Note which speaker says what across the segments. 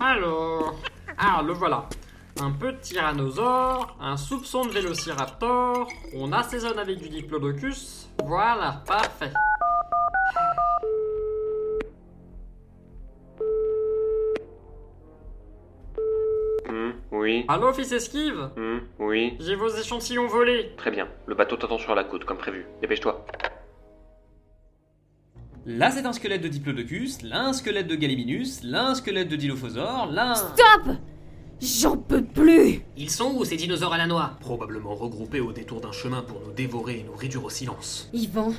Speaker 1: Alors. Ah, le voilà. Un peu de tyrannosaure, un soupçon de vélociraptor, on assaisonne avec du diplodocus. Voilà, parfait.
Speaker 2: Hmm, oui.
Speaker 1: Allô, fils esquive
Speaker 2: Hmm, oui.
Speaker 1: J'ai vos échantillons volés.
Speaker 2: Très bien. Le bateau t'attend sur la côte, comme prévu. Dépêche-toi.
Speaker 3: Là, c'est un squelette de Diplodocus, là, un squelette de Galliminus, là, un squelette de Dilophosaure, là. un-
Speaker 4: Stop J'en peux plus
Speaker 5: Ils sont où ces dinosaures à la noix
Speaker 6: Probablement regroupés au détour d'un chemin pour nous dévorer et nous réduire au silence.
Speaker 4: Yvan,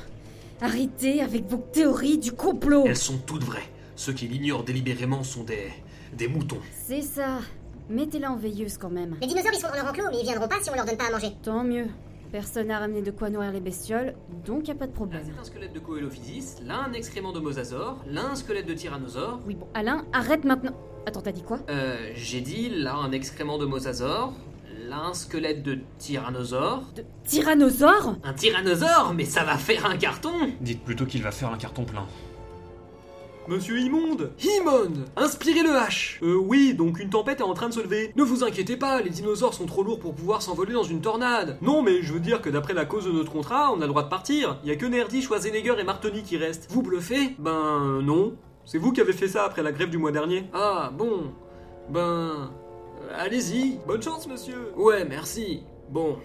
Speaker 4: arrêtez avec vos théories du complot
Speaker 6: Elles sont toutes vraies. Ceux qui l'ignorent délibérément sont des. des moutons.
Speaker 4: C'est ça. Mettez-la en veilleuse quand même.
Speaker 7: Les dinosaures, ils sont dans leur enclos, mais ils viendront pas si on leur donne pas à manger.
Speaker 4: Tant mieux. Personne n'a ramené de quoi nourrir les bestioles, donc y a pas de
Speaker 1: Ah,
Speaker 3: Là,
Speaker 4: problème.
Speaker 3: c'est un squelette de Coelophysis, là, un excrément de Mosasaur, là, un squelette de Tyrannosaure.
Speaker 4: Oui bon, Alain, arrête maintenant. Attends, t'as dit quoi
Speaker 3: Euh, j'ai dit, là, un excrément de Mosasaur, là, un squelette de Tyrannosaure.
Speaker 4: De tyrannosaure
Speaker 3: Un Tyrannosaure Mais ça va faire un carton
Speaker 6: Dites plutôt qu'il va faire un carton plein.
Speaker 1: Monsieur Immonde Immonde Inspirez le H Euh, oui, donc une tempête est en train de se lever. Ne vous inquiétez pas, les dinosaures sont trop lourds pour pouvoir s'envoler dans une tornade. Non, mais je veux dire que d'après la cause de notre contrat, on a le droit de partir. Y a que Nerdy, Schwarzenegger et Martoni qui restent. Vous bluffez Ben, non. C'est vous qui avez fait ça après la grève du mois dernier. Ah, bon. Ben. euh, Allez-y. Bonne chance, monsieur. Ouais, merci. Bon.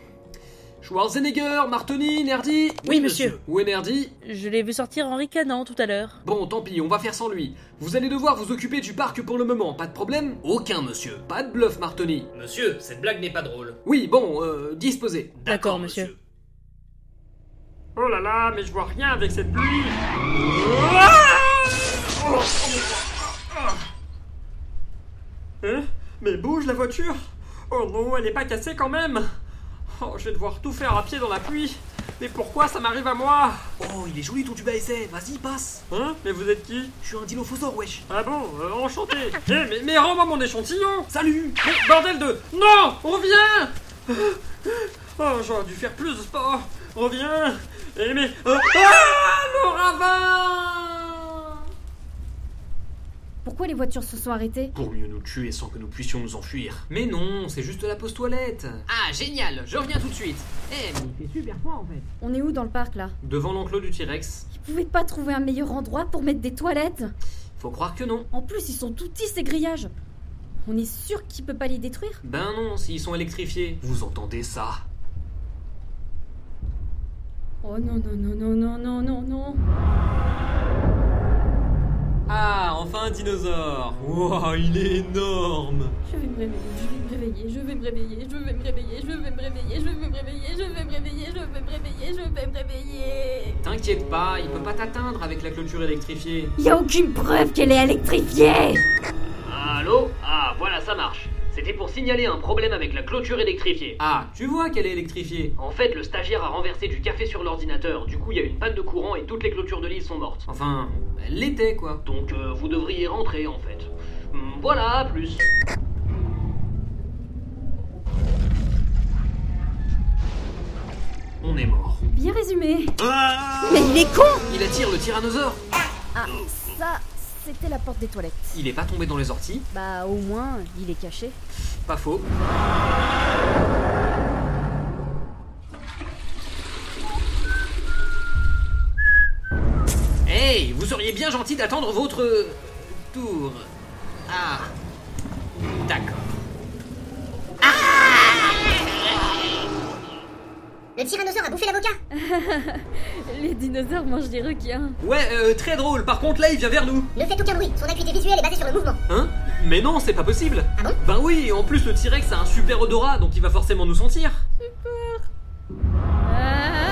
Speaker 1: Schwarzenegger, Martoni, Nerdy
Speaker 5: Oui, monsieur.
Speaker 1: Où est Nerdy
Speaker 8: Je l'ai vu sortir en ricanant tout à l'heure.
Speaker 1: Bon, tant pis, on va faire sans lui. Vous allez devoir vous occuper du parc pour le moment, pas de problème
Speaker 3: Aucun, monsieur.
Speaker 1: Pas de bluff, Martoni.
Speaker 5: Monsieur, cette blague n'est pas drôle.
Speaker 1: Oui, bon, euh, disposez.
Speaker 8: D'accord, monsieur.
Speaker 1: Oh là là, mais je vois rien avec cette pluie Hein Mais bouge la voiture Oh non, elle est pas cassée quand même Oh, je vais devoir tout faire à pied dans la pluie Mais pourquoi ça m'arrive à moi
Speaker 5: Oh, il est joli ton tube à essai. Vas-y, passe.
Speaker 1: Hein Mais vous êtes qui
Speaker 5: Je suis un dilophosaure, wesh.
Speaker 1: Ah bon euh, Enchanté Eh, mais, mais rends-moi mon échantillon
Speaker 5: Salut
Speaker 1: Mais bordel de... Non Reviens Oh, j'aurais dû faire plus de sport Reviens
Speaker 3: Eh,
Speaker 1: Et mais...
Speaker 3: oh,
Speaker 1: euh, Ah Le ravin
Speaker 4: Pourquoi les voitures se sont arrêtées
Speaker 6: Pour mieux nous tuer sans que nous puissions nous enfuir.
Speaker 3: Mais non, c'est juste la pause toilette. Ah, génial, je reviens tout de suite. Eh, mais c'est super froid en fait.
Speaker 4: On est où dans le parc là
Speaker 3: Devant l'enclos du T-Rex,
Speaker 4: Ils pouvaient pas trouver un meilleur endroit pour mettre des toilettes
Speaker 3: faut croire que non.
Speaker 4: En plus, ils sont tout petits ces grillages On est sûr qu'il peut pas les détruire
Speaker 3: Ben non, s'ils sont électrifiés.
Speaker 6: Vous entendez ça
Speaker 4: Oh non, non, non, non, non, non, non, non
Speaker 3: Ah, enfin un dinosaure Wouah, il est énorme
Speaker 4: Je vais me réveiller, je vais me réveiller, je vais me réveiller, je vais me réveiller, je vais me réveiller, je vais me réveiller, je vais me réveiller, je vais me réveiller, je vais me réveiller
Speaker 3: T'inquiète pas, il peut pas t'atteindre avec la clôture électrifiée.
Speaker 4: Y a aucune preuve qu'elle est électrifiée
Speaker 3: Allô Ah, voilà, ça marche. C'était pour signaler un problème avec la clôture électrifiée. Ah, tu vois qu'elle est électrifiée. En fait, le stagiaire a renversé du café sur l'ordinateur. Du coup, il y a une panne de courant et toutes les clôtures de l'île sont mortes. Enfin, elle l'était quoi. Donc, euh, vous devriez rentrer en fait. Hmm, Voilà, à plus.
Speaker 6: On est mort.
Speaker 4: Bien résumé Mais il est con
Speaker 3: Il attire le tyrannosaure.
Speaker 4: Ah, ça, c'était la porte des toilettes.
Speaker 3: Il est pas tombé dans les orties.
Speaker 4: Bah, au moins, il est caché.
Speaker 3: Pas faux. Hey, vous seriez bien gentil d'attendre votre euh, tour. Ah, d'accord.
Speaker 7: Le tyrannosaure a bouffé l'avocat
Speaker 4: Les dinosaures mangent des requins.
Speaker 3: Ouais, euh, très drôle. Par contre, là, il vient vers nous.
Speaker 7: Ne faites aucun bruit, son acuité visuelle est basée sur le mouvement.
Speaker 1: Hein Mais non, c'est pas possible
Speaker 7: Ah bon
Speaker 1: Ben oui, et en plus le T-Rex a un super odorat, donc il va forcément nous sentir
Speaker 4: Ah.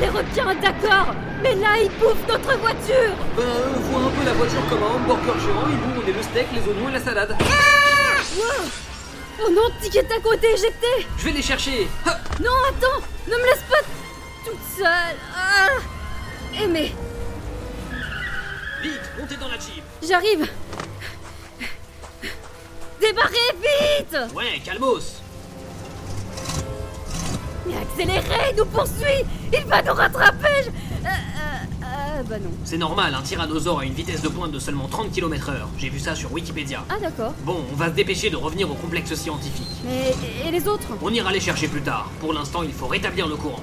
Speaker 4: Les requins, d'accord Mais là, ils bouffent notre voiture
Speaker 3: Ben, on voit un peu la voiture comme un hamburger géant, et nous, on est le steak, les oignons et la salade.
Speaker 4: Oh non, Ticket à côté éjecté
Speaker 3: Je vais les chercher. Hop.
Speaker 4: Non, attends Ne me laisse pas toute seule ah Eh mais,
Speaker 3: Vite, montez dans la Jeep.
Speaker 4: j'arrive Débarrez vite
Speaker 3: Ouais, calmos.
Speaker 4: Mais accélérez, il nous poursuit Il va nous rattraper je- Euh, euh, euh, bah non.
Speaker 1: C'est normal, un tyrannosaure a une vitesse de pointe de seulement 30 km/h. J'ai vu ça sur Wikipédia.
Speaker 4: Ah d'accord.
Speaker 1: Bon, on va se dépêcher de revenir au complexe scientifique.
Speaker 4: Mais et les autres
Speaker 1: On ira les chercher plus tard. Pour l'instant, il faut rétablir le courant.